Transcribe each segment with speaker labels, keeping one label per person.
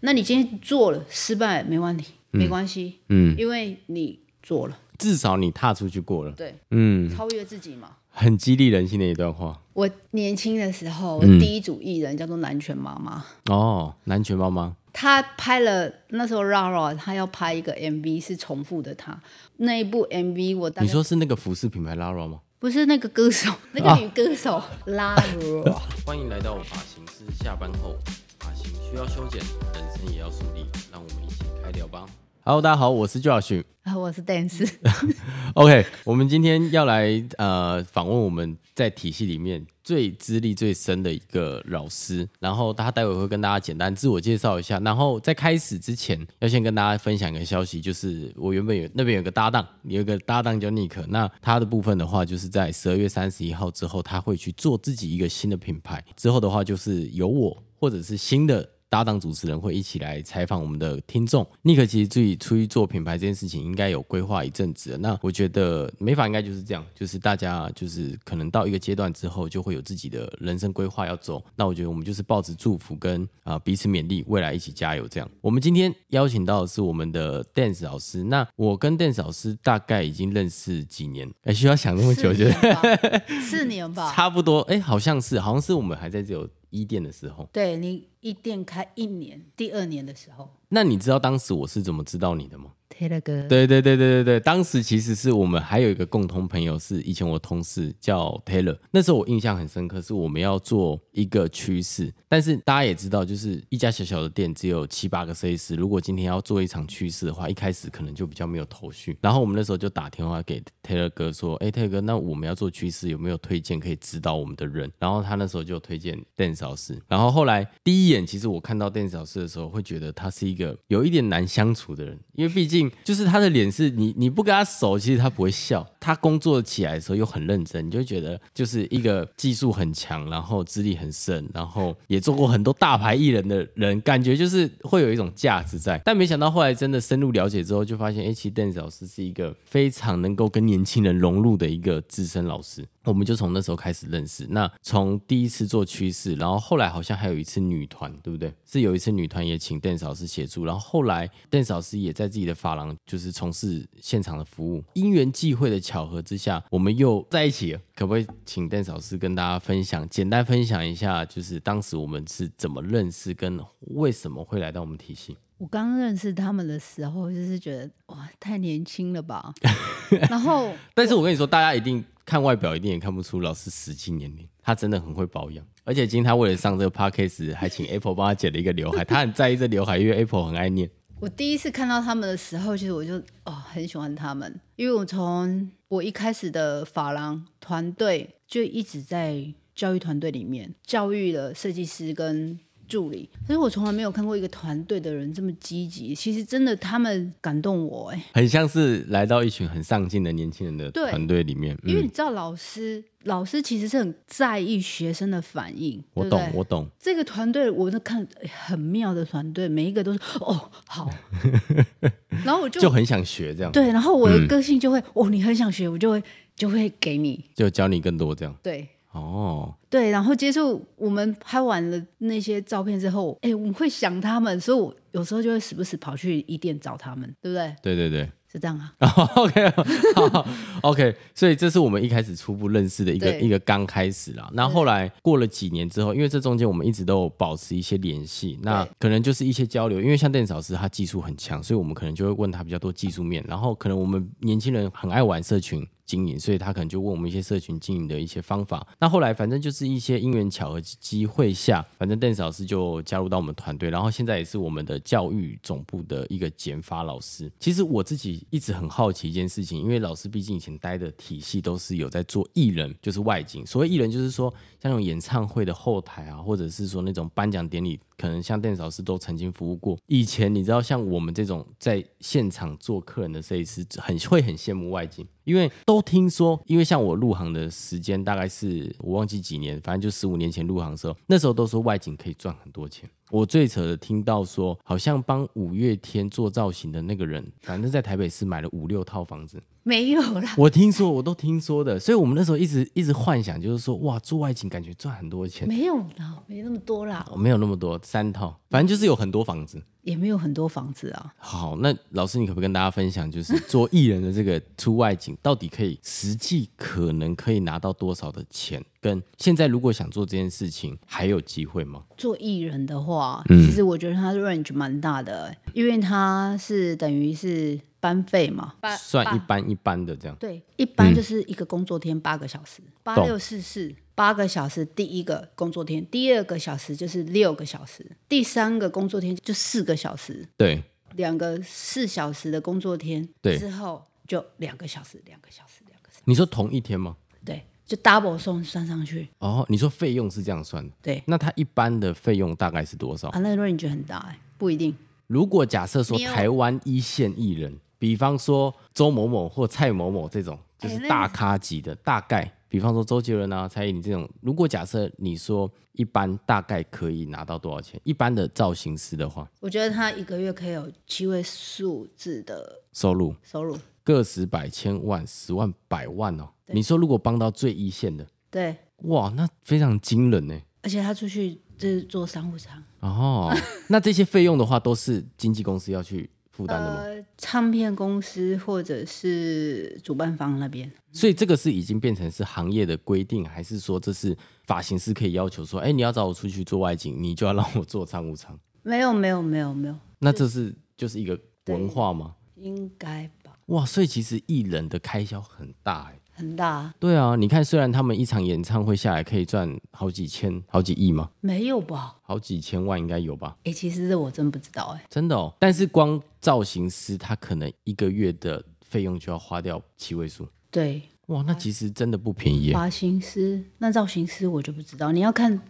Speaker 1: 那你今天做了失败没问题，没关系，嗯，因为你做了，
Speaker 2: 至少你踏出去过了，
Speaker 1: 对，
Speaker 2: 嗯，
Speaker 1: 超越自己嘛。
Speaker 2: 很激励人心的一段话
Speaker 1: 我年轻的时
Speaker 2: 嗯
Speaker 1: 候，我第一组艺人叫做南拳妈妈，
Speaker 2: 哦。南拳妈妈，
Speaker 1: 她拍了那时候 Rara，她要拍一个 MV 是重复的她，那一部 MV 我大概
Speaker 2: 你说是那个服饰品牌 Lara 吗？
Speaker 1: 不是那个歌手， 那个女歌手 Rara，、
Speaker 2: 欢迎来到发型师下班后，发型需要修剪，人生也要梳理，让我们一起开聊吧。Hello，大家好，我是 Josh。
Speaker 1: 啊我是 Dance，
Speaker 2: OK，我们今天要来呃访问我们在体系里面最资历最深的一个老师，然后他待会会跟大家简单自我介绍一下，然后在开始之前要先跟大家分享一个消息，就是我原本有那边有个搭档，有一个搭档叫 Nick，那他的部分的话就是在十二月三十一号之后，他会去做自己一个新的品牌，之后的话就是由我或者是新的搭档主持人会一起来采访我们的听众。尼克其实自己出去做品牌这件事情，应该有规划一阵子了。那我觉得美发应该就是这样，就是大家就是可能到一个阶段之后，就会有自己的人生规划要走。那我觉得我们就是抱着祝福跟啊、呃彼此勉励，未来一起加油这样。我们今天邀请到的是我们的 Dance 老师，那我跟 Dance 老师大概已经认识几年，哎，需要想那么久，
Speaker 1: 四
Speaker 2: 觉得
Speaker 1: 年吧，四年吧，
Speaker 2: 差不多，哎，好像是，好像是我们还在只有一店的时候。
Speaker 1: 对你一店开一年，第二年的时候
Speaker 2: 那你知道当时我是怎么知道你的吗？
Speaker 1: ，Taylor 哥，
Speaker 2: 对对对对对对，当时其实是我们还有一个共同朋友，是以前我同事叫 Taylor。那时候我印象很深刻，是我们要做一个趋势，但是大家也知道，就是一家小小的店只有七八个设计师，如果今天要做一场趋势的话，一开始可能就比较没有头绪。然后我们那时候就打电话给 Taylor 哥说：“哎，Taylor 哥，那我们要做趋势，有没有推荐可以指导我们的人？”然后他那时候就推荐 Dance 老师。然后后来第一眼，其实我看到 Dance 老师的时候，会觉得他是一个有一点难相处的人，因为毕竟就是他的脸是你你不跟他熟，其实他不会笑。他工作起来的时候又很认真，你就会觉得就是一个技术很强，然后资历很深，然后也做过很多大牌艺人的人，感觉就是会有一种价值在。但没想到后来真的深入了解之后，就发现，哎，其实 Dance 老师是一个非常能够跟年轻人融入的一个资深老师。我们就从那时候开始认识。那从第一次做趋势，然后后来好像还有一次女团，对不对？是有一次女团也请 Dance 老师协助，然后后来 Dance 老师也在自己的发廊就是从事现场的服务。因缘际会的巧合之下，我们又在一起了。可不可以请 Dance 老师跟大家分享，简单分享一下，就是当时我们是怎么认识，跟为什么会来到我们体系？
Speaker 1: 我刚认识他们的时候，就是觉得哇，太年轻了吧。 然后
Speaker 2: 但是我跟你说，大家一定看外表，一定也看不出老师实际年龄。他真的很会保养，而且今天他为了上这个 podcast，还请 Apple 帮他剪了一个刘海。他很在意这刘海，因为 Apple 很爱念。
Speaker 1: 我第一次看到他们的时候，其实我就哦很喜欢他们，因为我从我一开始的法郎团队就一直在教育团队里面教育了设计师跟助理，但是我从来没有看过一个团队的人这么积极。其实真的他们感动我哎、
Speaker 2: 很像是来到一群很上进的年轻人的
Speaker 1: 对
Speaker 2: 团队里面。
Speaker 1: 因为
Speaker 2: 嗯，
Speaker 1: 你知道老师老师其实是很在意学生的反应，
Speaker 2: 我
Speaker 1: 对不
Speaker 2: 懂
Speaker 1: 对，
Speaker 2: 我懂。
Speaker 1: 这个团队我都看哎很妙的团队，每一个都是哦好，然后我就
Speaker 2: 就很想学这样，
Speaker 1: 对，然后我的个性就会、哦，你很想学，我就会就会给你，
Speaker 2: 就教你更多这样。
Speaker 1: 对
Speaker 2: 哦，
Speaker 1: 对，然后接触我们拍完了那些照片之后，哎，我们会想他们，所以我有时候就会时不时跑去一店找他们，对不对？
Speaker 2: 对对对
Speaker 1: 是这样啊，
Speaker 2: ，OK，好 OK，所以这是我们一开始初步认识的一个
Speaker 1: 对
Speaker 2: 一个刚开始啦。那后来过了几年之后，因为这中间我们一直都有保持一些联系，那可能就是一些交流。因为像电子老师他技术很强，所以我们可能就会问他比较多技术面，然后可能我们年轻人很爱玩社群。经营，所以他可能就问我们一些社群经营的一些方法。那后来反正就是一些因缘巧合机会下，反正 Dance 老师就加入到我们团队，然后现在也是我们的教育总部的一个减法老师。其实我自己一直很好奇一件事情，因为老师毕竟以前待的体系都是有在做艺人，就是外景。所谓艺人，就是说像那种演唱会的后台啊，或者是说那种颁奖典礼，可能像 Dance 老师都曾经服务过。以前你知道，像我们这种在现场做客人的设计师，很会很羡慕外景。因为都听说，因为像我入行的时间大概是我忘记几年，反正就十五年前入行的时候，那时候都说外景可以赚很多钱。我最扯的听到说，好像帮五月天做造型的那个人，反正在台北市买了五六套房子。
Speaker 1: 没有啦，
Speaker 2: 我听说，我都听说的，所以我们那时候一直一直幻想，就是说，哇，做外景感觉赚很多钱。
Speaker 1: 没有啦，没那么多啦，
Speaker 2: 哦没有那么多，三套，反正就是有很多房子。
Speaker 1: 也没有很多房子啊。
Speaker 2: 好，那老师，你可不可以跟大家分享，就是做艺人的这个出外景，到底可以实际可能可以拿到多少的钱？跟现在如果想做这件事情，还有机会吗？
Speaker 1: 做艺人的话，其实我觉得他的 range 蛮大的、欸因为他是等于是班费嘛，八
Speaker 2: 算一般一般的这样。
Speaker 1: 对，一般就是一个工作天八个小时，八六四四八个小时，第一个工作天，第二个小时就是六个小时，第三个工作天就四个小时，
Speaker 2: 对，
Speaker 1: 两个四小时的工作天
Speaker 2: 对
Speaker 1: 之后就两个小时，两个小时，两个小时，
Speaker 2: 你说同一天吗？
Speaker 1: 对，就 double 算算上去，
Speaker 2: 哦，你说费用是这样算的，
Speaker 1: 对，
Speaker 2: 那它一般的费用大概是多少？
Speaker 1: 啊，那 range 很大哎、不一定，
Speaker 2: 如果假设说
Speaker 1: 你有
Speaker 2: 台湾一线艺人，比方说周某某或蔡某某这种，就
Speaker 1: 哎
Speaker 2: 是
Speaker 1: 那
Speaker 2: 大咖级的，大概，比方说周杰伦啊、蔡依林这种，如果假设你说一般大概可以拿到多少钱？一般的造型师的话，
Speaker 1: 我觉得他一个月可以有七位数字的
Speaker 2: 收入
Speaker 1: 收入，
Speaker 2: 个十百千万、十万、百万哦。你说如果帮到最一线的，
Speaker 1: 对，
Speaker 2: 哇，那非常惊人呢。
Speaker 1: 而且他出去就是做商务舱，
Speaker 2: 哦，那这些费用的话，都是经纪公司要去负担的吗？
Speaker 1: 呃，唱片公司或者是主办方那边，
Speaker 2: 所以这个是已经变成是行业的规定，还是说这是发型师可以要求说，哎、你要找我出去做外景，你就要让我做商务舱？
Speaker 1: 没有没有没有没有，
Speaker 2: 那这是就是一个文化吗？
Speaker 1: 应该吧，
Speaker 2: 哇，所以其实艺人的开销很大哎、
Speaker 1: 很大啊，
Speaker 2: 对啊，你看，虽然他们一场演唱会下来可以赚好几千、好几亿吗？
Speaker 1: 没有吧？
Speaker 2: 好几千万应该有吧？
Speaker 1: 哎、其实这我真不知道哎、
Speaker 2: 真的哦。但是光造型师他可能一个月的费用就要花掉七位数，
Speaker 1: 对，
Speaker 2: 哇，那其实真的不便宜耶。欸
Speaker 1: 发型师那造型师我就不知道，你要看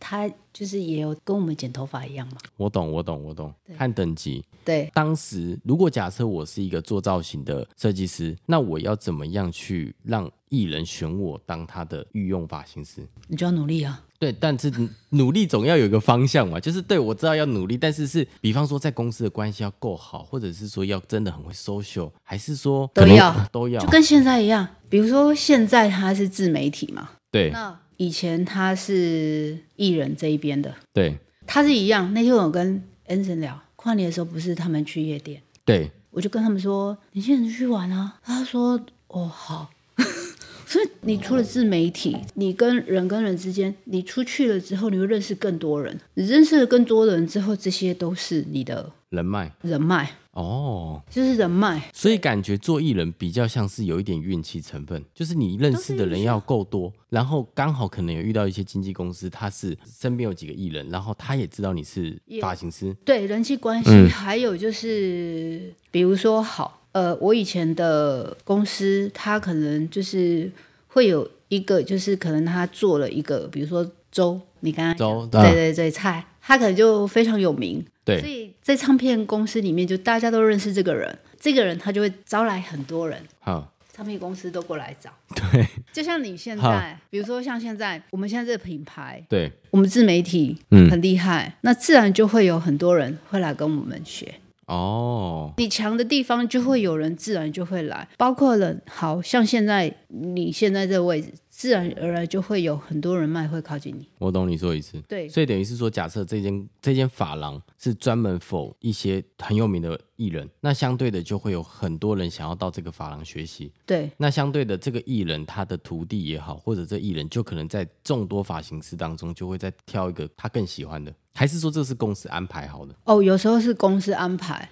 Speaker 1: 他就是也有跟我们剪头发一样嘛，
Speaker 2: 我懂，我懂，我懂，看等级。
Speaker 1: 对，
Speaker 2: 当时如果假设我是一个做造型的设计师，那我要怎么样去让艺人选我当他的御用发型师？
Speaker 1: 你就要努力啊，
Speaker 2: 对，但是努力总要有一个方向嘛，就是对我知道要努力，但是是比方说在公司的关系要够好，或者是说要真的很会 social，还是说
Speaker 1: 都
Speaker 2: 可能
Speaker 1: 要
Speaker 2: 都要
Speaker 1: 就跟现在一样，比如说现在他是自媒体嘛，
Speaker 2: 对
Speaker 1: 那以前他是艺人这一边的，
Speaker 2: 对
Speaker 1: 他是一样。那天我跟 Anson 聊，跨年的时候不是他们去夜店，
Speaker 2: 对，
Speaker 1: 我就跟他们说年轻人去玩啊。他说哦好， 所以你除了自媒体，你跟人跟人之间，你出去了之后，你会认识更多人，你认识了更多人之后，这些都是你的
Speaker 2: 人脉
Speaker 1: 人脉，
Speaker 2: 哦，
Speaker 1: 就是人脉。
Speaker 2: 所以感觉做艺人比较像是有一点运气成分，就是你认识的人要够多，然后刚好可能有遇到一些经纪公司，他是身边有几个艺人，然后他也知道你是发型师，
Speaker 1: 对人际关系，
Speaker 2: 嗯
Speaker 1: 还有就是，比如说，好，呃，我以前的公司，它可能就是会有一个，就是可能他做了一个，比如说粥，你刚刚
Speaker 2: 粥
Speaker 1: 对
Speaker 2: 啊
Speaker 1: 对对对菜，他可能就非常有名，所
Speaker 2: 对，
Speaker 1: 以在唱片公司里面，就大家都认识这个人，这个人他就会招来很多人，
Speaker 2: 好，
Speaker 1: 唱片公司都过来找。
Speaker 2: 对
Speaker 1: 就像你现
Speaker 2: 好
Speaker 1: 在，比如说像现在，我们现在这个品牌，
Speaker 2: 对，
Speaker 1: 我们自媒体
Speaker 2: 嗯
Speaker 1: 很厉害，那自然就会有很多人会来跟我们学。
Speaker 2: 哦，
Speaker 1: 你强的地方就会有人自然就会来，包括了好像现在你现在这个位置，自然而然就会有很多人脉会靠近你。
Speaker 2: 我懂你说一次，
Speaker 1: 对
Speaker 2: 所以等于是说，假设这间这间发廊是专门否一些很有名的艺人，那相对的就会有很多人想要到这个发廊学习，
Speaker 1: 对
Speaker 2: 那相对的，这个艺人他的徒弟也好，或者这艺人就可能在众多发型师当中，就会再挑一个他更喜欢的，还是说这是公司安排好的？
Speaker 1: 哦，有时候是公司安排。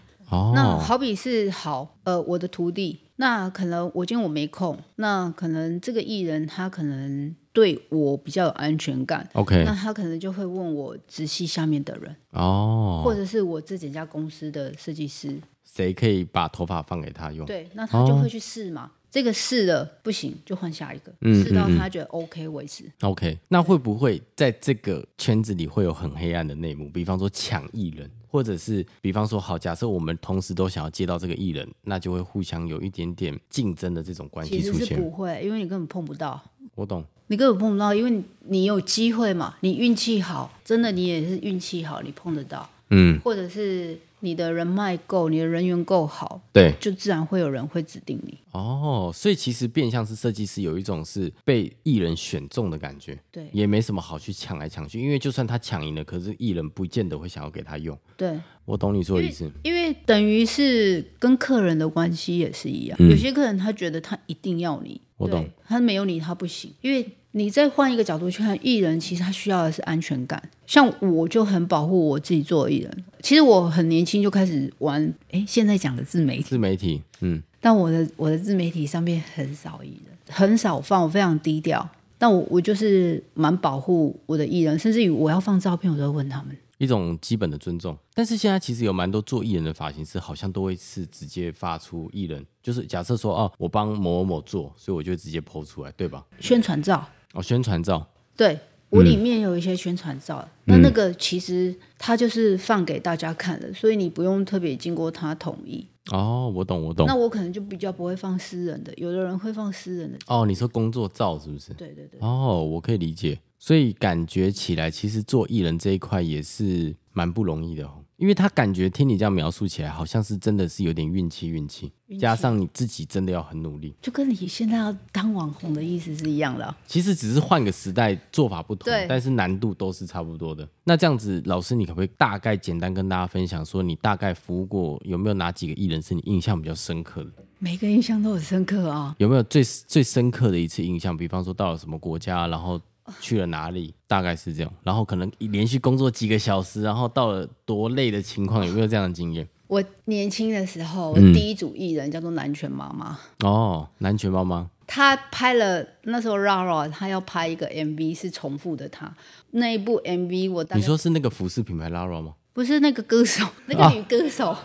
Speaker 1: 那
Speaker 2: 哦，
Speaker 1: 好比是好，呃，我的徒弟，那可能我今天我没空，那可能这个艺人他可能对我比较有安全感，
Speaker 2: OK，
Speaker 1: 那他可能就会问我直系下面的人，或
Speaker 2: 哦，
Speaker 1: 者是我这整家公司的设计师，
Speaker 2: 谁可以把头发放给他用？
Speaker 1: 对，那他就会去试
Speaker 2: 哦
Speaker 1: 嘛。这个试了不行，就换下一个，
Speaker 2: 嗯
Speaker 1: 试到他觉得 OK 为止。
Speaker 2: ，OK，那会不会在这个圈子里会有很黑暗的内幕？比方说抢艺人，或者是比方说好，假设我们同时都想要接到这个艺人，那就会互相有一点点竞争的这种关
Speaker 1: 其
Speaker 2: 系
Speaker 1: 实
Speaker 2: 出
Speaker 1: 是
Speaker 2: 现。
Speaker 1: 不会，因为你根本碰不到。
Speaker 2: 我懂。
Speaker 1: 你根本碰不到，因为你你有机会嘛，你运气好，真的你也是运气好，你碰得到，
Speaker 2: 嗯，
Speaker 1: 或者是你的人脉够，你的人缘够好，
Speaker 2: 对。
Speaker 1: 就自然会有人会指定你。
Speaker 2: 哦，所以其实变相是设计师有一种是被艺人选中的感觉，
Speaker 1: 对
Speaker 2: 也没什么好去抢来抢去，因为就算他抢赢了，可是艺人不见得会想要给他用。
Speaker 1: 对，
Speaker 2: 我懂你说的意思，
Speaker 1: 因为等于是跟客人的关系也是一样，
Speaker 2: 嗯
Speaker 1: 有些客人他觉得他一定要你，
Speaker 2: 我
Speaker 1: 对
Speaker 2: 懂，
Speaker 1: 他没有你他不行，因为。你再换一个角度去看艺人，其实他需要的是安全感。像我就很保护我自己做艺人，其实我很年轻就开始玩，诶，现在讲的自媒体。
Speaker 2: 自媒体，嗯，
Speaker 1: 但我的我的自媒体上面很少艺人，很少放，我非常低调。但我我就是蛮保护我的艺人，甚至于我要放照片，我都会问他们。
Speaker 2: 一种基本的尊重。但是现在其实有蛮多做艺人的发型师，好像都会是直接发出艺人，就是假设说哦，我帮某某某做，所以我就直接剖出来，对吧？
Speaker 1: 宣传照，
Speaker 2: 哦，宣传照，
Speaker 1: 对我里面有一些宣传照，那那个其实它就是放给大家看的，所以你不用特别经过他同意。
Speaker 2: 哦，我懂，我懂
Speaker 1: 那。我可能就比较不会放私人的，有的人会放私人的。
Speaker 2: 哦，你说工作照是不是？
Speaker 1: 对对对，
Speaker 2: 哦，我可以理解。所以感觉起来，其实做艺人这一块也是蛮不容易的哦，因为他感觉听你这样描述起来，好像是真的是有点运气，运气加上你自己真的要很努力。
Speaker 1: 就跟你现在要当网红的意思是一样的啊、
Speaker 2: 其实只是换个时代，做法不同
Speaker 1: 对，
Speaker 2: 但是难度都是差不多的。那这样子，老师，你可不可以大概简单跟大家分享，说你大概服务过有没有哪几个艺人是你印象比较深刻的？
Speaker 1: 每个印象都很深刻啊。
Speaker 2: 有没有最最深刻的一次印象？比方说到了什么国家，然后去了哪里，大概是这样。然后可能连续工作几个小时，然后到了多累的情况，有没有这样的经验？
Speaker 1: 我年轻的时候，我
Speaker 2: 嗯
Speaker 1: 第一组艺人叫做南拳妈妈，
Speaker 2: 哦，南拳妈妈，
Speaker 1: 她拍了那时候 Rara 她要拍一个 MV 是重复的她，那一部 MV 我大
Speaker 2: 你
Speaker 1: 概
Speaker 2: 说是那个服饰品牌 Lara 吗？
Speaker 1: 不是那个歌 手，那个女歌手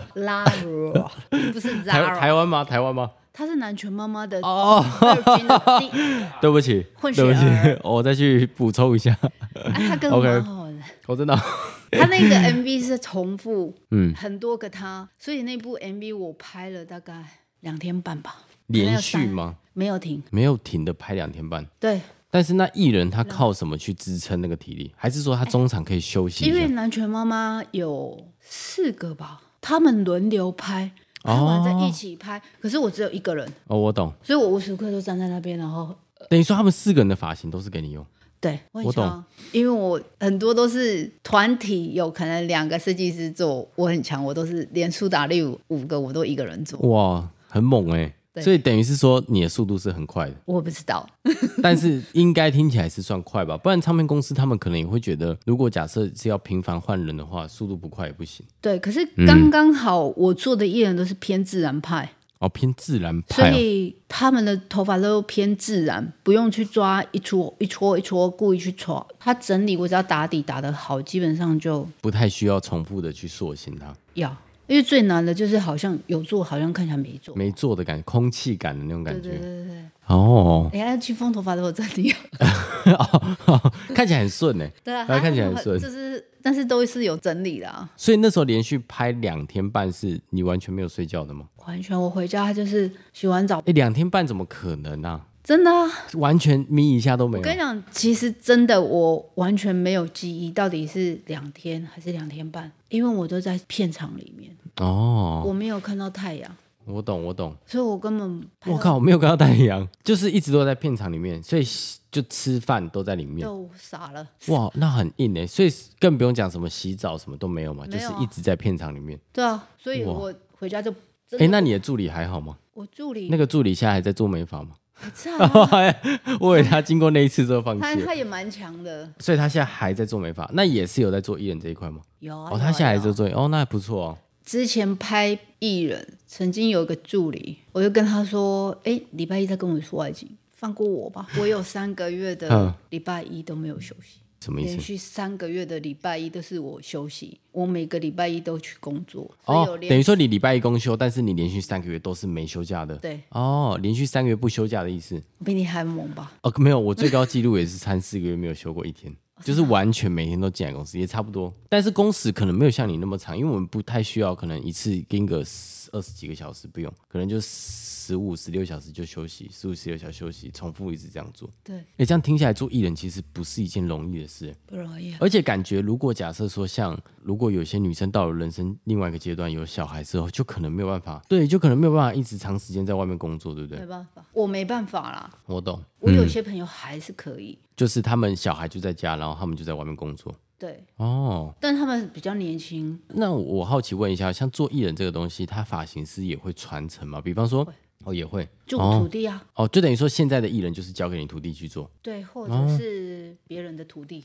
Speaker 1: Rara 不是
Speaker 2: 啊台
Speaker 1: Zara，
Speaker 2: 台湾吗？台 湾吗？
Speaker 1: 她是南拳妈妈的
Speaker 2: 哦，
Speaker 1: 哈哈第，
Speaker 2: 对不起，
Speaker 1: 混血
Speaker 2: 对不
Speaker 1: 儿
Speaker 2: 起， 我再去补充一下。
Speaker 1: 啊她跟我
Speaker 2: OK
Speaker 1: 蛮好的。
Speaker 2: 我真的，
Speaker 1: 她那个 MV 是重复，
Speaker 2: 嗯
Speaker 1: 很多个她，所以那部 MV 我拍了大概两天半吧，
Speaker 2: 连续吗？
Speaker 1: 没有停。
Speaker 2: 没有停的拍两天半。
Speaker 1: 对，
Speaker 2: 但是那艺人他靠什么去支撑那个体力？还是说他中场可以休息一
Speaker 1: 因为
Speaker 2: 下？
Speaker 1: 南拳妈妈有四个吧，他们轮流拍，拍完再一起拍。可是我只有一个人，
Speaker 2: 哦，我懂。
Speaker 1: 所以我无时无刻都站在那边，然后
Speaker 2: 等于说他们四个人的发型都是给你用。
Speaker 1: 对我很
Speaker 2: 我懂
Speaker 1: 强，因为我很多都是团体，有可能两个设计师做，我很强，我都是连苏打绿五个我都一个人做，
Speaker 2: 哇，很猛哎、
Speaker 1: 对，
Speaker 2: 所以等于是说你的速度是很快的
Speaker 1: 我不知道。
Speaker 2: 但是应该听起来是算快吧？不然唱片公司他们可能也会觉得，如果假设是要频繁换人的话，速度不快也不行
Speaker 1: 对，可是
Speaker 2: 嗯
Speaker 1: 刚刚好我做的艺人都是偏自然派，
Speaker 2: 哦，偏自然
Speaker 1: 所
Speaker 2: 派、哦。
Speaker 1: 以他们的头发都偏自然，不用去抓一撮一撮一撮，故意去戳。他整理，我只要打底打得好，基本上就
Speaker 2: 不太需要重复的去塑形它，
Speaker 1: 要。因为最难的就是好像有做，好像看起来没做。
Speaker 2: 没做的感觉，空气感的那种感
Speaker 1: 对
Speaker 2: 觉。
Speaker 1: 对对对对，
Speaker 2: 哦，
Speaker 1: 人哎家去风头发都有 整理。
Speaker 2: 看起来很顺哎、
Speaker 1: 对啊，
Speaker 2: 它看起来很顺
Speaker 1: 就是但是都是有整理的、啊。
Speaker 2: 所以那时候连续拍两天半，是你完全没有睡觉的吗？
Speaker 1: 完全，我回家就是洗完澡，
Speaker 2: 哎，两天半怎么可能啊？
Speaker 1: 真的、啊。
Speaker 2: 完全眯一下都没
Speaker 1: 我跟你
Speaker 2: 有。
Speaker 1: 讲，其实真的我完全没有记忆，到底是两天还是两天半，因为我都在片场里面，
Speaker 2: 哦，
Speaker 1: 我没有看到太阳。
Speaker 2: 我懂，我懂。
Speaker 1: 所以我根本
Speaker 2: 我靠，没有看到太阳，就是一直都在片场里面，所以洗就吃饭都在里面。
Speaker 1: 就傻了。
Speaker 2: 哇，那很硬哎，所以更不用讲什么洗澡什么都没有嘛，
Speaker 1: 没
Speaker 2: 就
Speaker 1: 有
Speaker 2: 是
Speaker 1: 啊
Speaker 2: 一直在片场里面。
Speaker 1: 对啊，所以
Speaker 2: 哇
Speaker 1: 我回家就真
Speaker 2: 哎，
Speaker 1: 的，嗯
Speaker 2: 那你的助理还好吗？
Speaker 1: 我助理
Speaker 2: 那个助理现在还在做美发吗？
Speaker 1: 还在啊
Speaker 2: 我以为他经过那一次之后放
Speaker 1: 他
Speaker 2: 弃了，
Speaker 1: 他也蛮强的，
Speaker 2: 所以他现在还在做美发，那也是有在做艺人这一块吗？
Speaker 1: 有啊。
Speaker 2: 哦，
Speaker 1: 有
Speaker 2: 他
Speaker 1: 啊
Speaker 2: 现在还
Speaker 1: 有啊
Speaker 2: 在做，哦，那还不错哦。
Speaker 1: 之前拍艺人，曾经有一个助理，我就跟他说：“哎、礼拜一再跟我说外景，放过我吧，我有三个月
Speaker 2: 嗯
Speaker 1: 的礼拜一都没有休息。”
Speaker 2: 什么意
Speaker 1: 连
Speaker 2: 思？
Speaker 1: 续三个月的礼拜一都是我休息，我每个礼拜一都去工作，所以有
Speaker 2: 哦，
Speaker 1: 连、
Speaker 2: 等于说你礼拜一公休，但是你连续三个月都是没休假的。
Speaker 1: 对
Speaker 2: 哦，连续三个月不休假的意思。
Speaker 1: 我比你还猛吧？
Speaker 2: 哦，没有，我最高纪录也是三四个月没有休过一天。就是完全每天都进来公司也差不多，但是工时可能没有像你那么长，因为我们不太需要，可能一次盯个10二十几个小时不用，可能就十五十六小时就休息，十五十六小时休息，重复一直这样做。
Speaker 1: 对，
Speaker 2: 哎、这样听起来做艺人其实不是一件容易的事，
Speaker 1: 不容易啊。
Speaker 2: 而且感觉如果假设说像如果有些女生到了人生另外一个阶段有小孩之后，就可能没有办法，对，就可能没有办法一直长时间在外面工作，对不对
Speaker 1: 没？办法，我没办法啦。
Speaker 2: 我懂，
Speaker 1: 我有些朋友还是可以，
Speaker 2: 就是他们小孩就在家，然后他们就在外面工作。
Speaker 1: 对，
Speaker 2: 哦，
Speaker 1: 但他们比较年轻，
Speaker 2: 那我我好奇问一下，像做艺人这个东西，他发型师也会传承吗？比方说，哦，也会，
Speaker 1: 就我徒弟啊，
Speaker 2: 哦，就等于说现在的艺人就是交给你徒弟去做，
Speaker 1: 对，或
Speaker 2: 哦
Speaker 1: 者是别人的徒弟，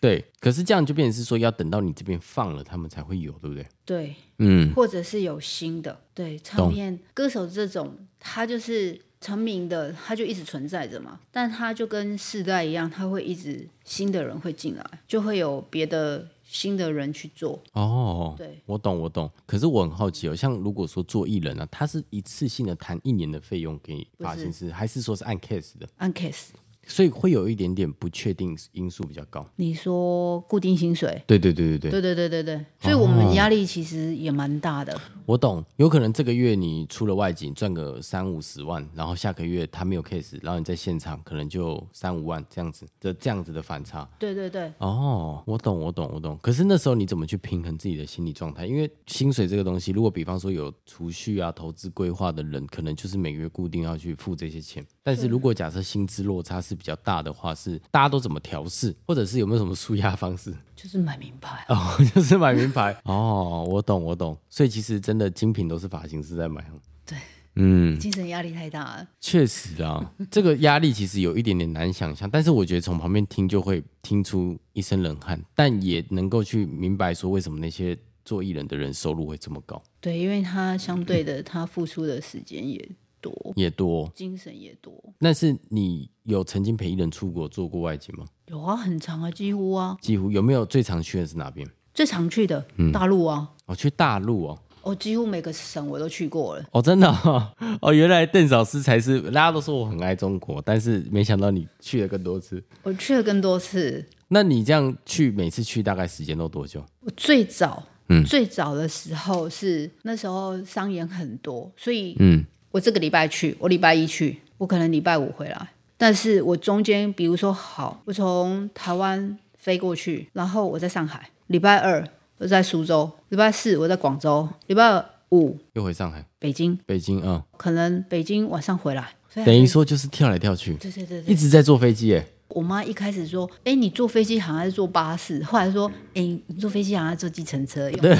Speaker 2: 对。可是这样就变成是说要等到你这边放了，他们才会有，对不对？
Speaker 1: 对，
Speaker 2: 嗯，
Speaker 1: 或者是有新的，对，唱
Speaker 2: 懂
Speaker 1: 片歌手这种，他就是成名的，他就一直存在着嘛。但他就跟世代一样，他会一直新的人会进来，就会有别的新的人去做。
Speaker 2: 哦，
Speaker 1: 对，
Speaker 2: 我懂，我懂。可是我很好奇哦，像如果说做艺人啊，他是一次性的谈一年的费用给
Speaker 1: 不
Speaker 2: 发型师，还是说是按 case 的？
Speaker 1: 按 case，
Speaker 2: 所以会有一点点不确定因素比较高。
Speaker 1: 你说固定薪水，
Speaker 2: 对对对对对，哦
Speaker 1: 对对对对对，所以我们压力其实也蛮大的。
Speaker 2: 我懂，有可能这个月你出了外景赚个三五十万，然后下个月他没有 case，然后你在现场可能就三五万这样子的这样子的反差。
Speaker 1: 对对对，
Speaker 2: 哦，我懂，我懂，我懂。可是那时候你怎么去平衡自己的心理状态？因为薪水这个东西，如果比方说有储蓄啊、投资规划的人，可能就是每个月固定要去付这些钱。但是如果假设薪资落差是比较大的话，是大家都怎么调试，或者是有没有什么舒压方式？
Speaker 1: 就是买名牌、啊。
Speaker 2: 哦，就是买名牌。 哦，我懂，我懂。所以其实真的精品都是发型师在买。啊
Speaker 1: 对，
Speaker 2: 嗯，
Speaker 1: 精神压力太大了，
Speaker 2: 确实啊，这个压力其实有一点点难想象，但是我觉得从旁边听就会听出一身冷汗，但也能够去明白说为什么那些做艺人的人收入会这么高，
Speaker 1: 对，因为他相对的，他付出的时间也多，
Speaker 2: 也多。
Speaker 1: 精神也多。
Speaker 2: 但是你有曾经陪艺人出国做过外景吗？
Speaker 1: 有啊，很长啊，几乎啊，
Speaker 2: 几乎有没有最常去的是哪边？
Speaker 1: 最常去的、大陆啊，
Speaker 2: 哦，去大陆哦，
Speaker 1: 我、几乎每个省我都去过了。
Speaker 2: 哦，真的哦，哦原来邓小诗才是大家都说我很爱中国，但是没想到你去了更多次。
Speaker 1: 我去了更多次，
Speaker 2: 那你这样去每次去大概时间都多久？
Speaker 1: 我最早、
Speaker 2: 嗯
Speaker 1: 最早的时候是那时候商演很多，所以
Speaker 2: 嗯，
Speaker 1: 我这个礼拜去，我礼拜一去，我可能礼拜五回来。但是我中间，比如说好，我从台湾飞过去，然后我在上海，礼拜二我在苏州，礼拜四我在广州，礼拜五
Speaker 2: 又回上海、
Speaker 1: 北京，
Speaker 2: 北京啊。嗯
Speaker 1: 可能北京晚上回来。所以
Speaker 2: 等于说就是跳来跳去，
Speaker 1: 对对对对
Speaker 2: 一直在坐飞机 耶。
Speaker 1: 我妈一开始说：“哎、你坐飞机好像是坐巴士。”后来说：“哎、你坐飞机好像坐计程车。”对，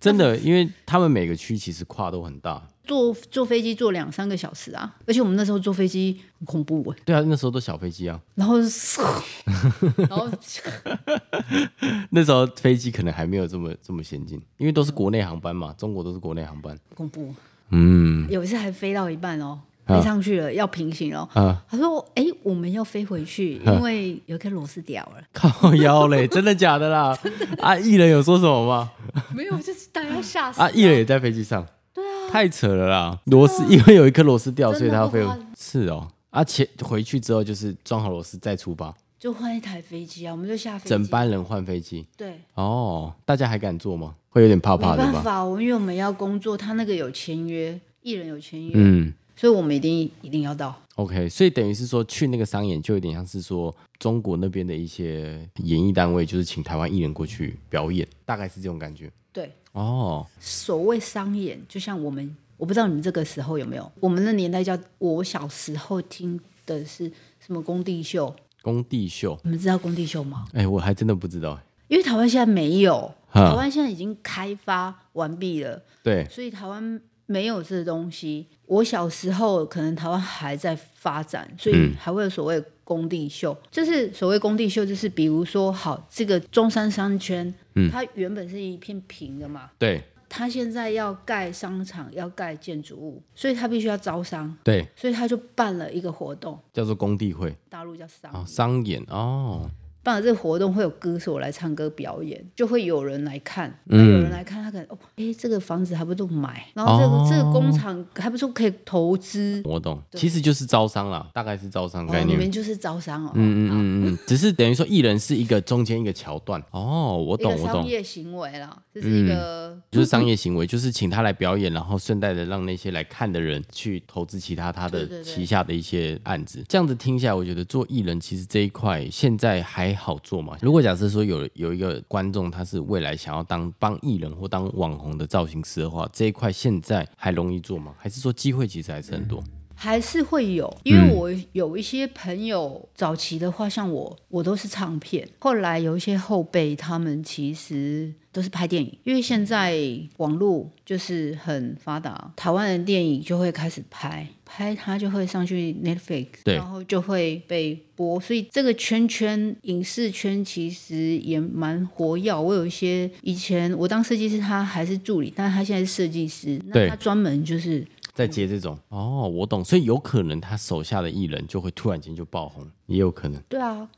Speaker 2: 真的，因为他们每个区其实跨都很大。
Speaker 1: 坐坐飞机坐两三个小时啊！而且我们那时候坐飞机很恐怖哎、
Speaker 2: 对啊，那时候都小飞机啊，
Speaker 1: 然后然后
Speaker 2: 那时候飞机可能还没有这么这么先进，因为都是国内航班嘛，中国都是国内航班。
Speaker 1: 恐怖，
Speaker 2: 嗯
Speaker 1: 有一次还飞到一半哦，飞上去了、要平行哦。
Speaker 2: 啊，
Speaker 1: 他说：“哎、我们要飞回去，因为有一颗螺丝掉了。
Speaker 2: 靠腰嘞，真的假的啦？ 啊，艺人有说什么吗？”
Speaker 1: 没有，就是大家吓死
Speaker 2: 啊，艺人也在飞机上。对啊，太扯了啦！螺丝因为有一颗螺丝掉，
Speaker 1: 真的
Speaker 2: 所以他要飞
Speaker 1: 不夸张。
Speaker 2: 是哦，啊，前回去之后就是装好螺丝再出发，
Speaker 1: 就换一台飞机啊，我们就下飞机。
Speaker 2: 整班人换飞机。
Speaker 1: 对，
Speaker 2: 哦，大家还敢坐吗？会有点怕怕
Speaker 1: 没
Speaker 2: 的
Speaker 1: 办
Speaker 2: 吧？
Speaker 1: 法，我因为我们要工作，他那个有签约，艺人有签约，
Speaker 2: 嗯
Speaker 1: 所以我们一定一定要到。
Speaker 2: ，OK，所以等于是说去那个商演，就有点像是说中国那边的一些演艺单位，就是请台湾艺人过去表演，大概是这种感觉。
Speaker 1: 对，
Speaker 2: 哦，
Speaker 1: 所谓商演，就像我们，我不知道你们这个时候有没有，我们那年代叫我小时候听的是什么工地秀，
Speaker 2: 工地秀，
Speaker 1: 你们知道工地秀吗？
Speaker 2: 哎、我还真的不知道、哎
Speaker 1: 因为台湾现在没有，
Speaker 2: 哈
Speaker 1: 台湾现在已经开发完毕了，
Speaker 2: 对，
Speaker 1: 所以台湾没有这东西。我小时候可能台湾还在发展，所以还会有所谓工地秀，就是所谓工地秀，就是比如说，好，这个中山商圈，它原本是一片平的嘛，
Speaker 2: 对，
Speaker 1: 它现在要盖商场，要盖建筑物，所以它必须要招商，
Speaker 2: 对，
Speaker 1: 所以他就办了一个活动，
Speaker 2: 叫做工地会
Speaker 1: 大陆叫商，
Speaker 2: 啊、哦商演哦，
Speaker 1: 办了这个活动，会有歌手来唱歌表演，就会有人来看，
Speaker 2: 嗯
Speaker 1: 那有人来看，他可能哦，哎，这个房子还不错买，然后这
Speaker 2: 哦
Speaker 1: 个、这个工厂还不错，可以投资。
Speaker 2: 我懂，其实就是招商啦，大概是招商
Speaker 1: 哦
Speaker 2: 概，
Speaker 1: 你
Speaker 2: 念。
Speaker 1: 们就是招商哦，
Speaker 2: 嗯嗯嗯，只是等于说艺人是一个中间一个桥段。哦，我
Speaker 1: 一个
Speaker 2: 懂我
Speaker 1: 商
Speaker 2: 懂，嗯
Speaker 1: 业行为啦，这是一个。
Speaker 2: 就是商业行为，就是请他来表演，然后顺带的让那些来看的人去投资其他他
Speaker 1: 对对对
Speaker 2: 的旗下的一些案子。这样子听下来，我觉得做艺人其实这一块现在还好做嘛。如果假设说有有一个观众他是未来想要当帮艺人或当网红的造型师的话，这一块现在还容易做吗？还是说机会其实还是很
Speaker 1: 嗯
Speaker 2: 多？
Speaker 1: 还是会有，因
Speaker 2: 嗯
Speaker 1: 为我有一些朋友早期的话，像我，我都是唱片。后来有一些后辈，他们其实都是拍电影，因为现在网络就是很发达，台湾的电影就会开始拍，拍它就会上去 Netflix，
Speaker 2: 对
Speaker 1: 然后就会被播，所以这个圈圈影视圈其实也蛮活跃。我有一些以前我当设计师，他还是助理，但他现在是设计师，那
Speaker 2: 对
Speaker 1: 他专门就是
Speaker 2: 在接这种
Speaker 1: 嗯
Speaker 2: 哦，我懂，所以有可能他手下的艺人就会突然间就爆红，也有可能
Speaker 1: 对啊，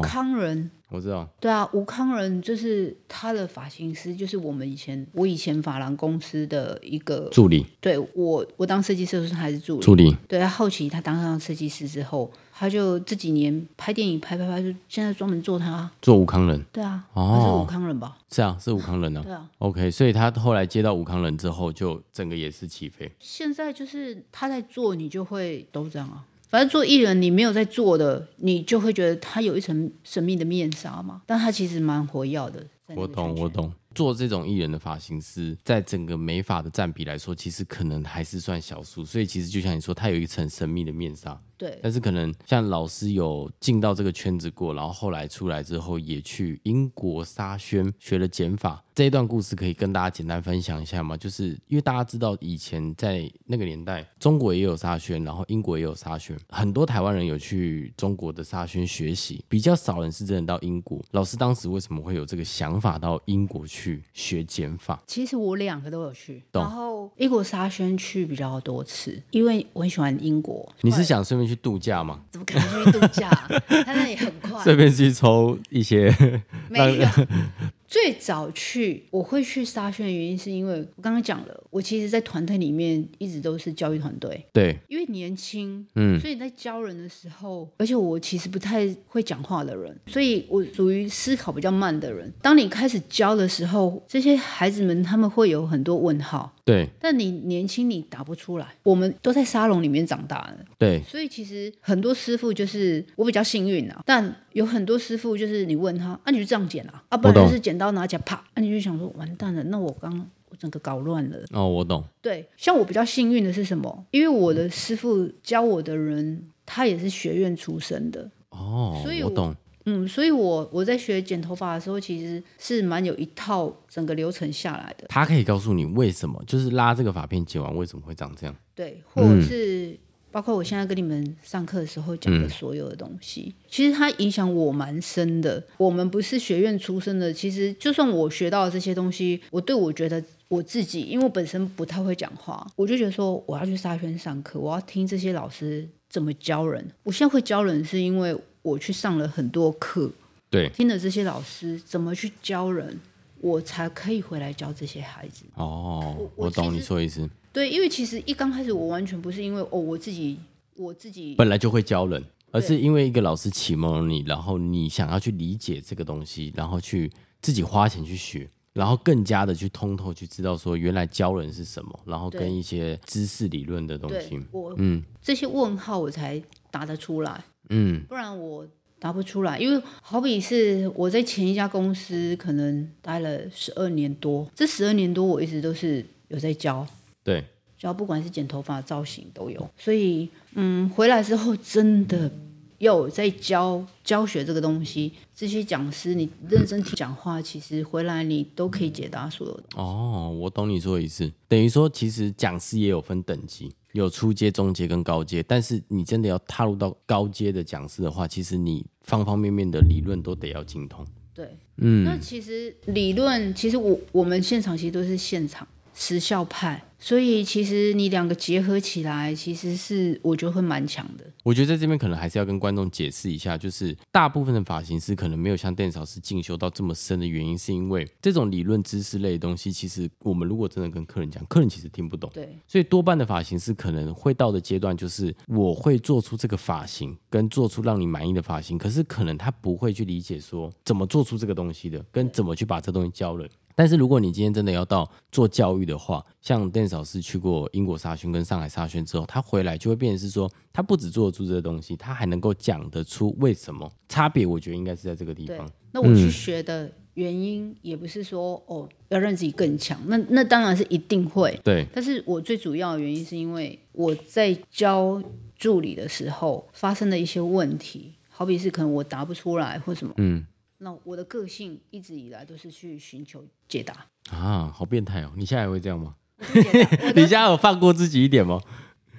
Speaker 1: 吴，康仁。
Speaker 2: 我知道，
Speaker 1: 对啊，吴康仁就是他的发型师，就是我们以前我以前发廊公司的一个，
Speaker 2: 助理
Speaker 1: 对我我当设计师的时候他还是助理，
Speaker 2: 助理，
Speaker 1: 对他后期他当上设计师之后，他就这几年拍电影拍拍拍，就现在专门做他，
Speaker 2: 做吴康仁，
Speaker 1: 对啊，
Speaker 2: 哦
Speaker 1: 他是吴康仁吧？
Speaker 2: 是啊，是吴康仁啊
Speaker 1: 对啊，
Speaker 2: ，OK，所以他后来接到吴康仁之后，就整个也是起飞，
Speaker 1: 现在就是他在做，你就会都这样啊。反正做艺人，你没有在做的，你就会觉得他有一层神秘的面纱嘛。但他其实蛮活跃的。在那个
Speaker 2: 我懂
Speaker 1: 圈圈
Speaker 2: 我懂。做这种艺人的发型师，在整个美发的占比来说，其实可能还是算小数。所以其实就像你说，他有一层神秘的面纱，
Speaker 1: 对，
Speaker 2: 但是可能像老师有进到这个圈子过，然后后来出来之后也去英国沙宣学了减法。这一段故事可以跟大家简单分享一下吗？就是因为大家知道以前在那个年代，中国也有沙宣，然后英国也有沙宣，很多台湾人有去中国的沙宣学习，比较少人是真的到英国。老师当时为什么会有这个想法到英国去学减法？
Speaker 1: 其实我两个都有去，
Speaker 2: 懂
Speaker 1: 然后英国沙宣去比较多次，因为我很喜欢英国。
Speaker 2: 你是想顺便去度假吗？
Speaker 1: 怎么可能去度假、 啊？他那里很 快，
Speaker 2: 顺便去抽一些
Speaker 1: 没有。 最早去我会去沙宣的原因，是因为我刚刚讲了，我其实，在团队里面一直都是教育团队，
Speaker 2: 对，
Speaker 1: 因为年轻，
Speaker 2: 嗯
Speaker 1: 所以你在教人的时候，而且我其实不太会讲话的人，所以我属于思考比较慢的人。当你开始教的时候，这些孩子们他们会有很多问号，
Speaker 2: 对
Speaker 1: 但你年轻，你答不出来。我们都在沙龙里面长大的，
Speaker 2: 对，
Speaker 1: 所以其实很多师傅就是我比较幸运啊，但有很多师傅就是你问他，啊你就这样剪啊，啊不然
Speaker 2: 我懂
Speaker 1: 就是剪刀拿起来啪，啊你就想说完蛋了，那我刚我整个搞乱了。
Speaker 2: 哦，我懂。
Speaker 1: 对，像我比较幸运的是什么？因为我的师傅教我的人，他也是学院出身的，
Speaker 2: 哦，
Speaker 1: 所以
Speaker 2: 我
Speaker 1: 我
Speaker 2: 懂。
Speaker 1: 嗯，所以我我在学剪头发的时候，其实是蛮有一套整个流程下来的。
Speaker 2: 他可以告诉你为什么，就是拉这个发片剪完为什么会长这样。
Speaker 1: 对，或者是包括我现在跟你们上课的时候讲的所有的东西，其实它影响我蛮深的。我们不是学院出身的，其实就算我学到的这些东西，我对我觉得我自己，因为我本身不太会讲话，我就觉得说我要去沙宣上课，我要听这些老师怎么教人。我现在会教人，是因为我去上了很多课，
Speaker 2: 对，
Speaker 1: 听了这些老师怎么去教人。我才可以回来教这些孩子。
Speaker 2: 哦，
Speaker 1: 我
Speaker 2: 我
Speaker 1: 我
Speaker 2: 懂
Speaker 1: 其
Speaker 2: 你
Speaker 1: 实
Speaker 2: 说的意思。
Speaker 1: 对，因为其实一刚开始我完全不是因为哦我自己我自己
Speaker 2: 本来就会教人，而是因为一个老师启蒙了你，然后你想要去理解这个东西，然后去自己花钱去学，然后更加的去通透，去知道说原来教人是什么，然后
Speaker 1: 对
Speaker 2: 跟一些知识理论的东
Speaker 1: 对
Speaker 2: 西。
Speaker 1: 我
Speaker 2: 嗯
Speaker 1: 这些问号我才答得出来，
Speaker 2: 嗯，
Speaker 1: 不然我答不出来。因为好比是我在前一家公司可能待了十二年多，这十二年多我一直都是有在教。
Speaker 2: 对，
Speaker 1: 教不管是剪头发、造型都有，所以嗯，回来之后真的有在教教学这个东西。这些讲师你认真听讲话，其实回来你都可以解答所有的。
Speaker 2: 哦，我懂你说的意思，等于说其实讲师也有分等级，有初阶、中阶跟高阶。但是你真的要踏入到高阶的讲师的话，其实你方方面面的理论都得要精通。
Speaker 1: 对，
Speaker 2: 嗯，
Speaker 1: 那其实理论，其实我我们现场其实都是现场，时效派，所以其实你两个结合起来，其实是我觉得会蛮强的。
Speaker 2: 我觉得在这边可能还是要跟观众解释一下，就是大部分的发型师可能没有像电扫师进修到这么深的原因，是因为这种理论知识类的东西，其实我们如果真的跟客人讲，客人其实听不懂。
Speaker 1: 对，
Speaker 2: 所以多半的发型师可能会到的阶段就是，我会做出这个发型，跟做出让你满意的发型，可是可能他不会去理解说怎么做出这个东西的，跟怎么去把这东西教人。但是如果你今天真的要到做教育的话，像邓老师去过英国沙宣跟上海沙宣之后，他回来就会变成是说，他不只做得出这个东西，他还能够讲得出为什么差别。我觉得应该是在这个地
Speaker 1: 对
Speaker 2: 方。，嗯
Speaker 1: 那我去学的原因也不是说哦要让自己更强，那那当然是一定会。
Speaker 2: 对，
Speaker 1: 但是我最主要的原因是因为我在教助理的时候发生了一些问题，好比是可能我答不出来或什么，嗯，那我的个性一直以来都是去寻求解答。
Speaker 2: 啊，好变态哦！你现在还会这样吗？
Speaker 1: 我就解答
Speaker 2: 你现在有放过自己一点吗？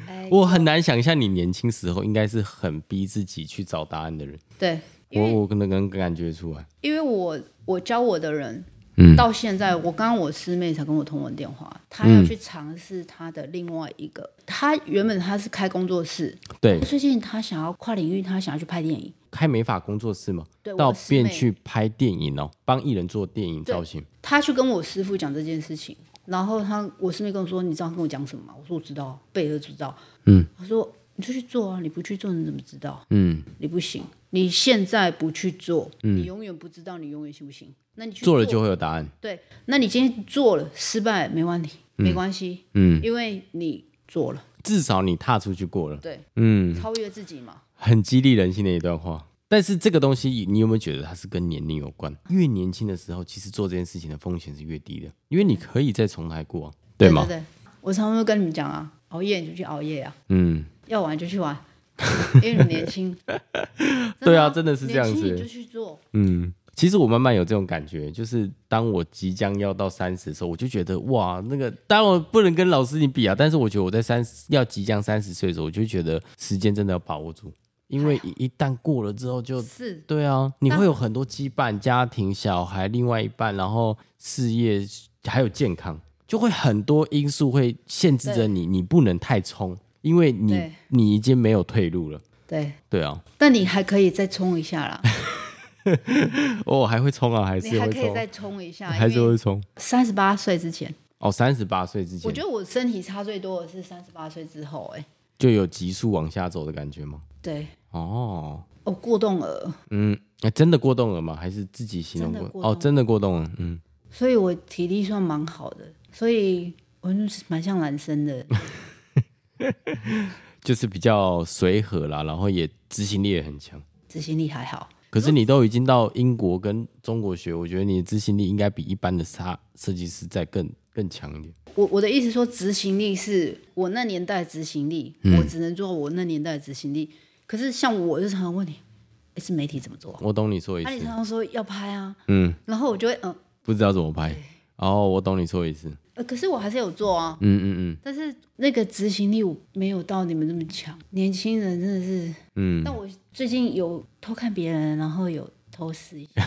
Speaker 1: 哎，
Speaker 2: 我很难想象你年轻时候应该是很逼自己去找答案的人，
Speaker 1: 对，因
Speaker 2: 我
Speaker 1: 为
Speaker 2: 我可能能感觉出来。
Speaker 1: 因为我我教我的人，
Speaker 2: 嗯
Speaker 1: 到现在我刚刚我师妹才跟我通完电话，她要去尝试她的另外一个，她原本她是开工作室，
Speaker 2: 对，
Speaker 1: 最近她想要跨领域，她想要去拍电影，
Speaker 2: 开美发工作室嘛，
Speaker 1: 对我
Speaker 2: 到
Speaker 1: 师
Speaker 2: 变
Speaker 1: 妹
Speaker 2: 去拍电影哦，帮艺人做电影造型。
Speaker 1: 她去跟我师傅讲这件事情，然后她我师妹跟我说，你知道她跟我讲什么吗？我说我知道，贝儿知道，嗯，她说你就去做啊，你不去做你怎么知道？
Speaker 2: 嗯，
Speaker 1: 你不行，你现在不去做，你永远不知道你永远行不行。那你去
Speaker 2: 做了就会有答案。
Speaker 1: 对，那你今天做了失败没问题，没关系，
Speaker 2: 嗯，
Speaker 1: 因为你做了，
Speaker 2: 至少你踏出去过了，
Speaker 1: 对，
Speaker 2: 嗯，
Speaker 1: 超越自己嘛。
Speaker 2: 很激励人心的一段话。但是这个东西，你有没有觉得它是跟年龄有关？越年轻的时候，其实做这件事情的风险是越低的，因为你可以再重来过、啊，对吗？
Speaker 1: 对对，我常常会跟你们讲啊，熬夜你就去熬夜啊，
Speaker 2: 嗯，
Speaker 1: 要玩就去玩， 因为你年 轻。
Speaker 2: 对啊，真的是这样
Speaker 1: 年轻你就
Speaker 2: 子。
Speaker 1: 去做，
Speaker 2: 嗯，其实我慢慢有这种感觉，就是当我即将要到三十的时候，我就觉得哇，那个当然我不能跟老师你比啊，但是我觉得我在三十要即将三十岁的时候，我就觉得时间真的要把握住，因
Speaker 1: 哎
Speaker 2: 为一一旦过了之后就。
Speaker 1: 是
Speaker 2: 对啊，你会有很多羁绊，家庭、小孩，另外一半，然后事业，还有健康，就会很多因素会限制着你，你不能太冲，因为你
Speaker 1: 对
Speaker 2: 你已经没有退路了。
Speaker 1: 对。
Speaker 2: 对啊，
Speaker 1: 但你还可以再冲一下啦，
Speaker 2: 哦，还会冲啊，还
Speaker 1: 你
Speaker 2: 是
Speaker 1: 还
Speaker 2: 会
Speaker 1: 可以再
Speaker 2: 冲，
Speaker 1: 冲一下，
Speaker 2: 还是
Speaker 1: 因为
Speaker 2: 会冲。
Speaker 1: 三十八岁之前，
Speaker 2: 哦，三十八岁之
Speaker 1: 我
Speaker 2: 前
Speaker 1: 觉得我身体差最多的是三十八岁之后、哎，
Speaker 2: 就有急速往下走的感觉吗？
Speaker 1: 对，
Speaker 2: 哦，
Speaker 1: 哦，过动儿，
Speaker 2: 嗯，那真的过动了吗？还是自己形容
Speaker 1: 真的过
Speaker 2: 哦，
Speaker 1: 动
Speaker 2: 真的过动了，嗯，
Speaker 1: 所以我体力算蛮好的，所以我就是蛮像男生的。
Speaker 2: 就是比较随和啦，然后也执行力也很强。
Speaker 1: 执行力还好。
Speaker 2: 可是你都已经到英国跟中国学，我觉得你的执行力应该比一般的沙设计师再更更强一点。
Speaker 1: 我我的意思说，执行力是我那年代的执行力，
Speaker 2: 嗯
Speaker 1: 我只能做我那年代的执行力。可是像我就常常问你，诶是媒体怎么做？
Speaker 2: 我懂你说的
Speaker 1: 啊，
Speaker 2: 意
Speaker 1: 你
Speaker 2: 思，
Speaker 1: 常常说要拍啊，
Speaker 2: 嗯，
Speaker 1: 然后我就会嗯、
Speaker 2: 不知道怎么拍。哦，我懂你说的意思，
Speaker 1: 呃，可是我还是有做啊，
Speaker 2: 嗯嗯
Speaker 1: 但是那个执行力我没有到你们那么强。年轻人真的是，
Speaker 2: 嗯
Speaker 1: 但我最近有偷看别人，然后有偷试一下。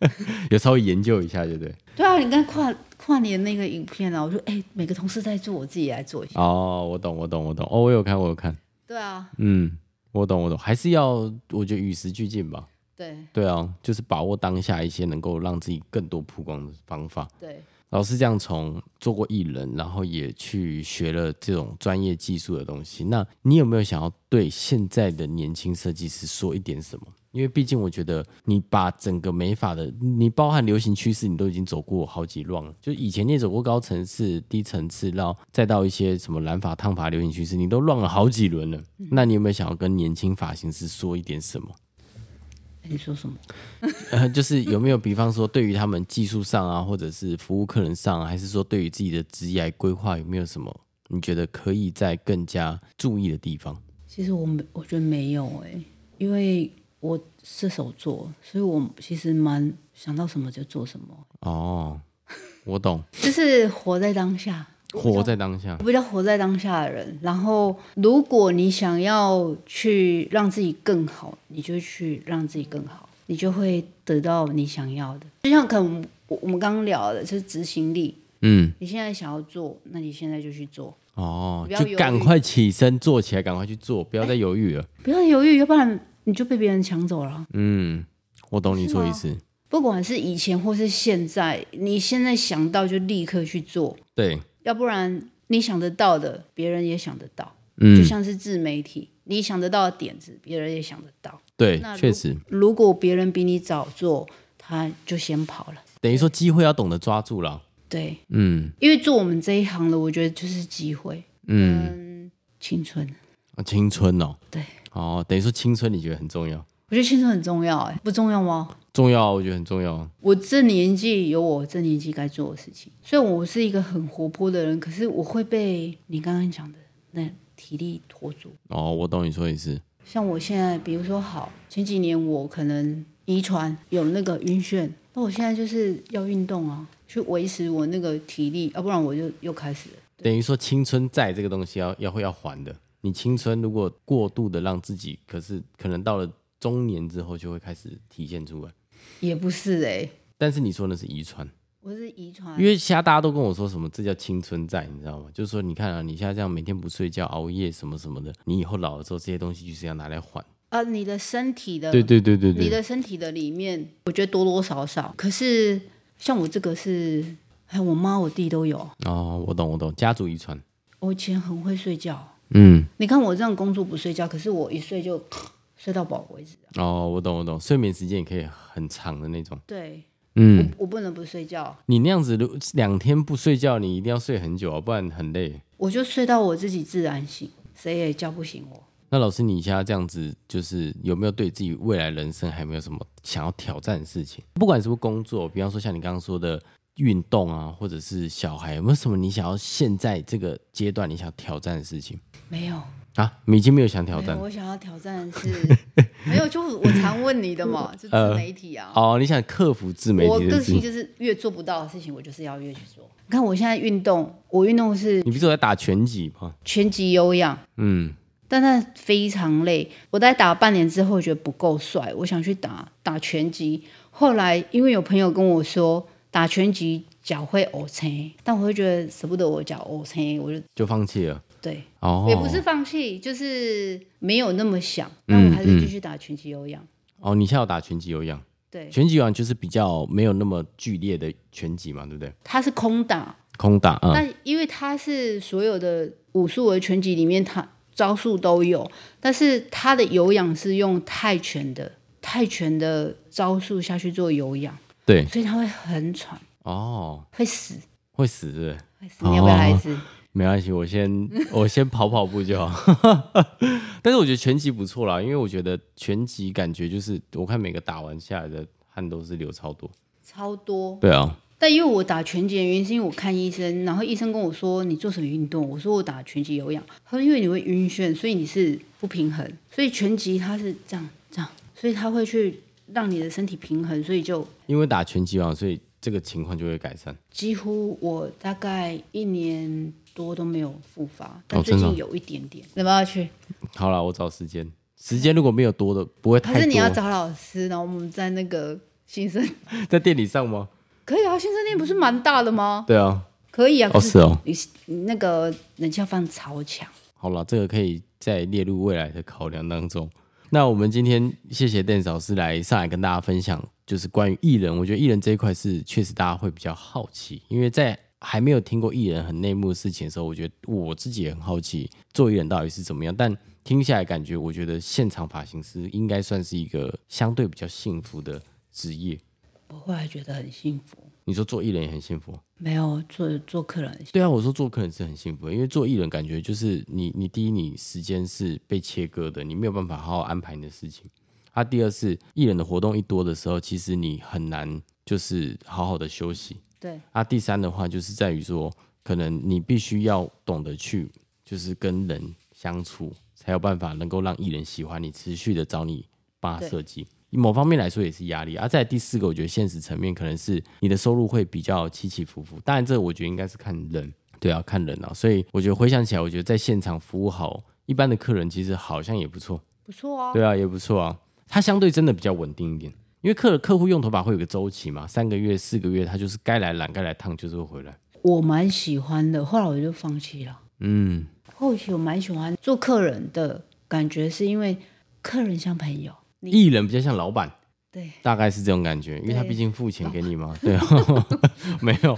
Speaker 2: 嗯，有稍微研究一下，对不对？
Speaker 1: 对啊，你看跨跨年那个影片啊，我就哎、每个同事在做，我自己来做一下。
Speaker 2: 哦，我懂，我懂，我懂。哦，我有看，我有看，
Speaker 1: 对啊，
Speaker 2: 嗯，我懂，我懂，还是要我觉得与时俱进吧。
Speaker 1: 对
Speaker 2: 对啊，就是把握当下一些能够让自己更多曝光的方法。
Speaker 1: 对
Speaker 2: 老师这样从做过艺人，然后也去学了这种专业技术的东西。那你有没有想要对现在的年轻设计师说一点什么？因为毕竟我觉得你把整个美发的，你包含流行趋势，你都已经走过好几 round 了。就以前你也走过高层次、低层次，然后再到一些什么染发、烫发、流行趋势，你都 round 了好几轮了。那你有没有想要跟年轻发型师说一点什么？
Speaker 1: 你说什么？
Speaker 2: 呃， 就是有没有比方说，对于他们技术上啊，或者是服务客人上、啊，还是说对于自己的职业规划，有没有什么你觉得可以再更加注意的地方？
Speaker 1: 其实我没，我觉得没有哎、因为我射手座，所以我其实蛮想到什么就做什么，
Speaker 2: 哦，我懂，
Speaker 1: 就是活在当下。
Speaker 2: 活在当下
Speaker 1: 我。比较活在当下的人，然后如果你想要去让自己更好，你就去让自己更好，你就会得到你想要的。就像可能我我们刚刚聊的，就是执行力，
Speaker 2: 嗯，
Speaker 1: 你现在想要做，那你现在就去做，
Speaker 2: 哦
Speaker 1: 不，要犹豫哎
Speaker 2: 就赶快起身坐起来，赶快去做，不要再犹豫了。
Speaker 1: 不要犹豫，要不然你就被别人抢走了。啊
Speaker 2: 嗯，我懂你说意思。
Speaker 1: 不管是以前或是现在，你现在想到就立刻去做，
Speaker 2: 对，
Speaker 1: 要不然你想得到的，别人也想得到。就
Speaker 2: 嗯，
Speaker 1: 像是自媒体，你想得到的点子，别人也想得到。
Speaker 2: 对
Speaker 1: 那，如
Speaker 2: 确实，
Speaker 1: 如果别人比你早做，他就先跑了。
Speaker 2: 等于说机会要懂得抓住了。
Speaker 1: 对，
Speaker 2: 嗯
Speaker 1: 因为做我们这一行的，我觉得就是机会、
Speaker 2: 嗯，
Speaker 1: 青春。
Speaker 2: 啊青春哦，
Speaker 1: 对，
Speaker 2: 哦，等于说青春你觉得很重要，
Speaker 1: 我觉得青春很重要、哎，不重要吗？
Speaker 2: 重要啊，我觉得很重要啊。
Speaker 1: 我这年纪有我这年纪该做的事情。虽然我是一个很活泼的人，可是我会被你刚刚讲的那体力拖住。
Speaker 2: 哦，我懂你说意思。
Speaker 1: 像我现在，比如说好，前几年我可能遗传有那个晕眩，那我现在就是要运动啊，去维持我那个体力，啊要、不然我就又开始了。
Speaker 2: 等于说青春债这个东西要要会要还的。你青春如果过度的让自己，可是可能到了中年之后就会开始体现出来。
Speaker 1: 也不是哎、
Speaker 2: 但是你说那是遗传，
Speaker 1: 我是遗传
Speaker 2: 因，为其他大家都跟我说什么这叫青春债，你知道吗？就是说你看啊，你现在这样每天不睡觉、熬夜什么什么的，你以后老了之后这些东西就是要拿来还。
Speaker 1: 啊，你的身体的，
Speaker 2: 对对对对
Speaker 1: 你
Speaker 2: 对，
Speaker 1: 的身体的里面，我觉得多多少少。可是像我这个是，哎，我妈我弟都有。
Speaker 2: 哦，我懂我懂，家族遗传。
Speaker 1: 我以前很会睡觉，
Speaker 2: 嗯，
Speaker 1: 你看我这样工作不睡觉，可是我一睡就 睡到饱为止。
Speaker 2: 哦，我懂我懂，睡眠时间也可以很长的那种。
Speaker 1: 对，
Speaker 2: 嗯，
Speaker 1: 我不能不睡觉。
Speaker 2: 你那样子如两天不睡觉，你一定要睡很久啊，不然很累。
Speaker 1: 我就睡到我自己自然醒，谁也叫不醒我。
Speaker 2: 那老师，你现在这样子，就是有没有对自己未来人生还有没有什么想要挑战的事情？不管是不是工作，比方说像你刚刚说的运动啊，或者是小孩，有没有什么你想要现在这个阶段你想挑战的事情
Speaker 1: 没有，
Speaker 2: 啊？你已经没有想挑
Speaker 1: 没有，
Speaker 2: 战
Speaker 1: 我想要挑战的是 没有，就我常问你的嘛，就自媒体啊。
Speaker 2: 哦，你想克服自媒
Speaker 1: 我
Speaker 2: 体
Speaker 1: 个
Speaker 2: 的事
Speaker 1: 性
Speaker 2: 情？
Speaker 1: 就是越做不到的事情，我就是要越去做。你看我现在运动，我运动是
Speaker 2: 你不是有在打拳击吗？
Speaker 1: 拳击有氧，
Speaker 2: 嗯，
Speaker 1: 但那非常累。我在打半年之后觉得不够帅，我想去打打拳击。后来因为有朋友跟我说打拳击脚会凹陷，但我会觉得舍不得我脚凹陷，我就
Speaker 2: 就放弃了。
Speaker 1: 对。
Speaker 2: 哦，
Speaker 1: 也不是放弃，就是没有那么想。那我
Speaker 2: 嗯
Speaker 1: 还是继续打拳击有氧。
Speaker 2: 哦，你现在有打拳击有氧，
Speaker 1: 对，
Speaker 2: 拳击有氧就是比较没有那么剧烈的拳击嘛，对不对？
Speaker 1: 它是空打，
Speaker 2: 空打啊，
Speaker 1: 但因为它是所有的武术和拳击里面它招数都有，但是它的有氧是用泰拳的泰拳的招数下去做有氧，
Speaker 2: 对，
Speaker 1: 所以它会很喘，
Speaker 2: 哦，
Speaker 1: 会死，
Speaker 2: 会死是不是？
Speaker 1: 会死。你要不要来一
Speaker 2: 哦
Speaker 1: 次？
Speaker 2: 没关系，我先我先跑跑步就好。 但是我觉得拳击不错啦，因为我觉得拳击感觉就是我看每个打完下来的汗都是流超多。
Speaker 1: 超多，
Speaker 2: 对啊，
Speaker 1: 但因为我打拳击的原因是因为我看医生，然后医生跟我说你做什么运动，我说我打拳击有氧。他说因为你会晕眩，所以你是不平衡，所以拳击它是这样这样，所以它会去让你的身体平衡，所以就
Speaker 2: 因为打拳击嘛，所以这个情况就会改善。
Speaker 1: 几乎我大概一年多都没有复发，但
Speaker 2: 哦
Speaker 1: 最
Speaker 2: 真的哦
Speaker 1: 近有一点点。你要不要去？
Speaker 2: 好啦，我找时间，时间如果没有多的，不会太
Speaker 1: 还
Speaker 2: 多。
Speaker 1: 是你要找老师，然后我们在那个新生？
Speaker 2: 在店里上吗？
Speaker 1: 可以啊，新生店不是蛮大的吗？
Speaker 2: 对啊，
Speaker 1: 可以啊，
Speaker 2: 哦
Speaker 1: 可
Speaker 2: 是哦，
Speaker 1: 你你那个冷气要放超强。
Speaker 2: 好啦，这个可以再列入未来的考量当中。那我们今天谢谢 Dan 老师来上来跟大家分享，就是关于艺人，我觉得艺人这一块是确实大家会比较好奇，因为在还没有听过艺人很内幕的事情的时候，我觉得我自己也很好奇做艺人到底是怎么样。但听下来感觉，我觉得现场发型师应该算是一个相对比较幸福的职业。
Speaker 1: 我后来觉得很幸福。
Speaker 2: 你说做艺人也很幸福，
Speaker 1: 没有做做客人，
Speaker 2: 对啊，我说做客人是很幸福的，因为做艺人感觉就是你，你第一，你时间是被切割的，你没有办法好好安排你的事情。啊，第二是艺人的活动一多的时候，其实你很难就是好好的休息。
Speaker 1: 对
Speaker 2: 啊，第三的话就是在于说，可能你必须要懂得去就是跟人相处，才有办法能够让艺人喜欢你，持续的找你帮他
Speaker 1: 对
Speaker 2: 设计。某方面来说也是压力啊。在第四个，我觉得现实层面可能是你的收入会比较起起伏伏，当然这我觉得应该是看人，对啊，看人啊。所以我觉得回想起来，我觉得在现场服务好一般的客人，其实好像也不错。
Speaker 1: 不错啊。
Speaker 2: 对啊，也不错啊。它相对真的比较稳定一点，因为客客户用头发会有个周期嘛，三个月、四个月，它就是该来染、该来烫，就是会回来。
Speaker 1: 我蛮喜欢的，后来我就放弃了。
Speaker 2: 嗯，
Speaker 1: 后期我蛮喜欢做客人的感觉，是因为客人像朋友，你
Speaker 2: 艺人比较像老板，
Speaker 1: 对
Speaker 2: 大概是这种感觉，因为他
Speaker 1: 对
Speaker 2: 毕竟付钱给你嘛。对哦， 没有，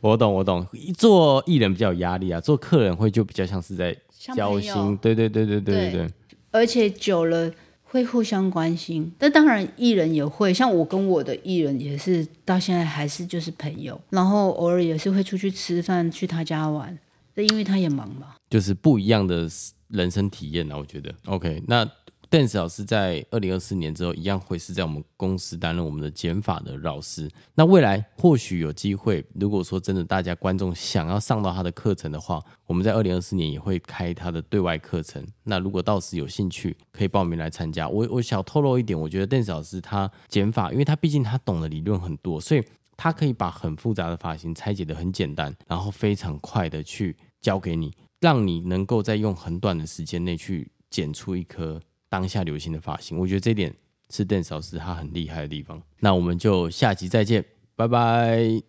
Speaker 2: 我懂我懂。做艺人比较有压力啊，做客人会就比较像是在
Speaker 1: 像
Speaker 2: 交
Speaker 1: 朋
Speaker 2: 心。
Speaker 1: 友，
Speaker 2: 对对对对对对
Speaker 1: 对
Speaker 2: 对，
Speaker 1: 而且久了会互相关心。但当然，艺人也会，像我跟我的艺人也是到现在还是就是朋友，然后偶尔也是会出去吃饭，去他家玩。那因为他也忙嘛，
Speaker 2: 就是不一样的人生体验啊，我觉得。OK，那。Dance 老师在二零二四年之后，一样会是在我们公司担任我们的减法的老师。那未来或许有机会，如果说真的大家观众想要上到他的课程的话，我们在二零二四年也会开他的对外课程。那如果到时有兴趣，可以报名来参加。我我想透露一点，我觉得邓老师他减法，因为他毕竟他懂的理论很多，所以他可以把很复杂的发型拆解的很简单，然后非常快的去教给你，让你能够在用很短的时间内去剪出一颗当下流行的发型。我觉得这点是邓老师他很厉害的地方。那我们就下集再见，拜拜。